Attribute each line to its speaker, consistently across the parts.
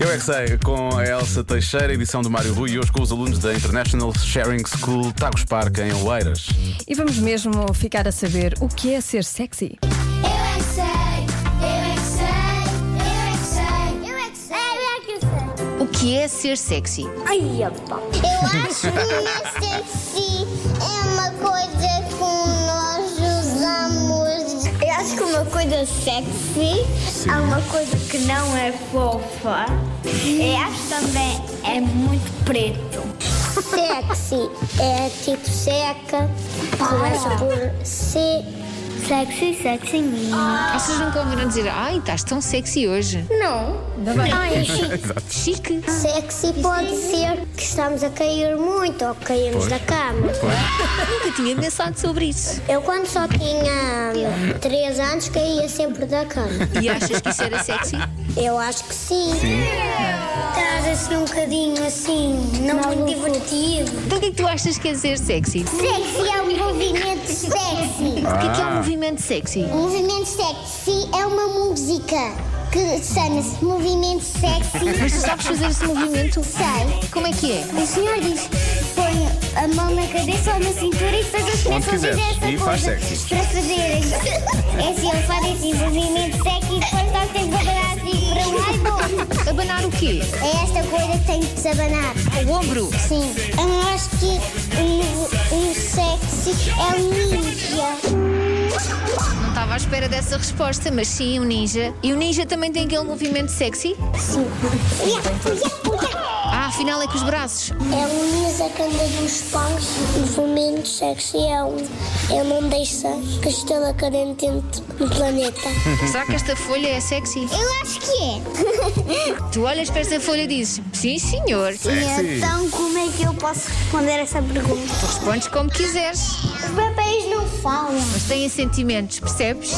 Speaker 1: Eu é que sei, com a Elsa Teixeira, edição do Mário Rui e hoje com os alunos da International Sharing School Tagus Park em Oeiras.
Speaker 2: E vamos mesmo ficar a saber o que é ser sexy.
Speaker 3: Eu é que sei, eu é que sei, eu é que sei, eu é que sei, eu é que sei.
Speaker 4: O que é ser sexy?
Speaker 3: Ai, Eu acho que sexy é uma coisa que nós usamos. Eu acho que uma coisa sexy
Speaker 1: Sim.
Speaker 3: é uma coisa que não é fofa. Eu acho também é muito preto. Sexy é tipo seca, começa por C. Sexy, sexy Ah.
Speaker 4: Vocês nunca ouviram dizer, ai, estás tão sexy hoje. é
Speaker 3: Não. Ai, chique.
Speaker 4: Chique.
Speaker 3: Sexy pode ser que estamos a cair muito ou que caímos da cama.
Speaker 4: Nunca tinha pensado sobre isso.
Speaker 3: Eu, quando só tinha 3 anos, caía sempre da cama.
Speaker 4: E achas que isso era sexy?
Speaker 3: Eu acho que sim. Estás assim um bocadinho assim, não, muito divertido.
Speaker 4: Então o que é que tu achas que é ser sexy?
Speaker 3: Sexy é um movimento sexy.
Speaker 4: O que é que é um movimento sexy?
Speaker 3: O movimento sexy é uma música que chama-se movimento
Speaker 4: Mas tu
Speaker 3: sexy.
Speaker 4: sabes fazer esse movimento?
Speaker 3: Sei.
Speaker 4: Como é que é?
Speaker 3: O senhor diz: põe a mão na cabeça ou na cintura e depois eles
Speaker 1: Onde
Speaker 3: começam a fazer
Speaker 1: quiseres.
Speaker 3: essa
Speaker 1: E
Speaker 3: coisa.
Speaker 1: faz sexy.
Speaker 3: Para fazerem. É assim, eles fazem assim, movimento sexy e depois nós temos que abanar assim para lá e bom.
Speaker 4: Abanar o quê?
Speaker 3: É esta coisa que tem que se abanar.
Speaker 4: O ombro.
Speaker 3: Sim. Eu acho que um, sexy é um ninja.
Speaker 4: Não estava à espera dessa resposta, mas sim, o ninja. E o ninja também tem aquele movimento sexy?
Speaker 3: Sim.
Speaker 4: Ah, afinal é com os braços.
Speaker 3: É um ninja que anda dos paus. Movimento sexy é um. Ele não deixa que a estrela cadente dentro do planeta.
Speaker 4: Será que esta folha é sexy?
Speaker 3: Eu acho que é.
Speaker 4: Tu olhas para esta folha e dizes, sim senhor.
Speaker 1: Sexy.
Speaker 3: Então, como é que eu posso responder essa pergunta?
Speaker 4: Tu respondes como quiseres.
Speaker 3: Os papéis não falam.
Speaker 4: Mas têm sentimentos, percebes?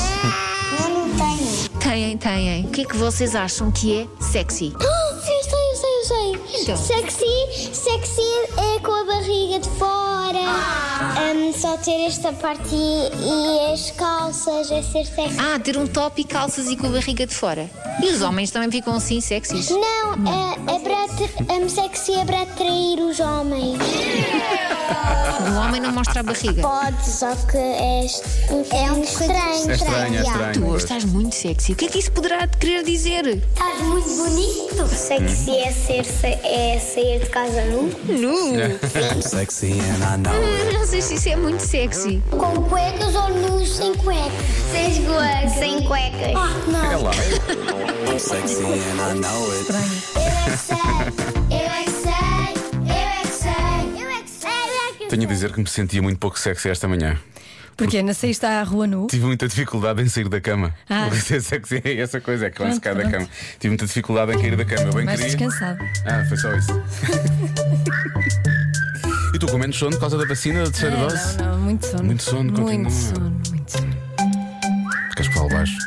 Speaker 3: Eu não tenho.
Speaker 4: Têm, têm. O que é que vocês acham que é sexy?
Speaker 3: Ah, Eu sei, eu sei, eu sei.
Speaker 4: Então.
Speaker 3: Sexy, sexy é com a barriga de fora. Hum, só ter esta parte e, e as calças é ser sexy.
Speaker 4: Ah, ter um top e calças e com a barriga de fora. E os homens também ficam assim sexys.
Speaker 3: Não, é, é para atra- hum, sexy é para atrair os homens.
Speaker 4: O Um homem não mostra a barriga.
Speaker 3: Pode, só que é, é um estranho.
Speaker 1: É estranho, é estranho.
Speaker 4: Tu hoje estás muito sexy. O que é que isso poderá querer dizer?
Speaker 3: Estás muito bonito.
Speaker 1: Uhum.
Speaker 3: Sexy é ser, é sair de casa nu.
Speaker 4: Nu!
Speaker 1: Sexy and I know.
Speaker 4: Não sei se isso é muito sexy.
Speaker 3: Com cuecas ou nus sem cuecas? Sem cuecas. Sem cuecas. Ah, não.
Speaker 1: É lá.
Speaker 5: sexy and I know it.
Speaker 3: Eu é que sei, eu é que sei, eu é que sei, eu é que sei, eu é que sei.
Speaker 1: Tenho a dizer que me sentia muito pouco sexy esta manhã.
Speaker 2: Porque na saíste à rua nu.
Speaker 1: Tive muita dificuldade em sair da cama.
Speaker 2: Ah.
Speaker 1: Porque ser sexy é essa coisa, é que quando se
Speaker 2: Pronto,
Speaker 1: cai da
Speaker 2: pronto.
Speaker 1: cama. Tive muita dificuldade em cair da cama. Eu bem
Speaker 2: Mais
Speaker 1: queria.
Speaker 2: descansado.
Speaker 1: Ah, foi só isso. e tu com menos sono por causa da vacina da terceira
Speaker 2: Não,
Speaker 1: dose?
Speaker 2: não, não, muito sono.
Speaker 1: Muito sono,
Speaker 2: muito
Speaker 1: continua.
Speaker 2: sono, muito sono.
Speaker 1: Queres que fale baixo?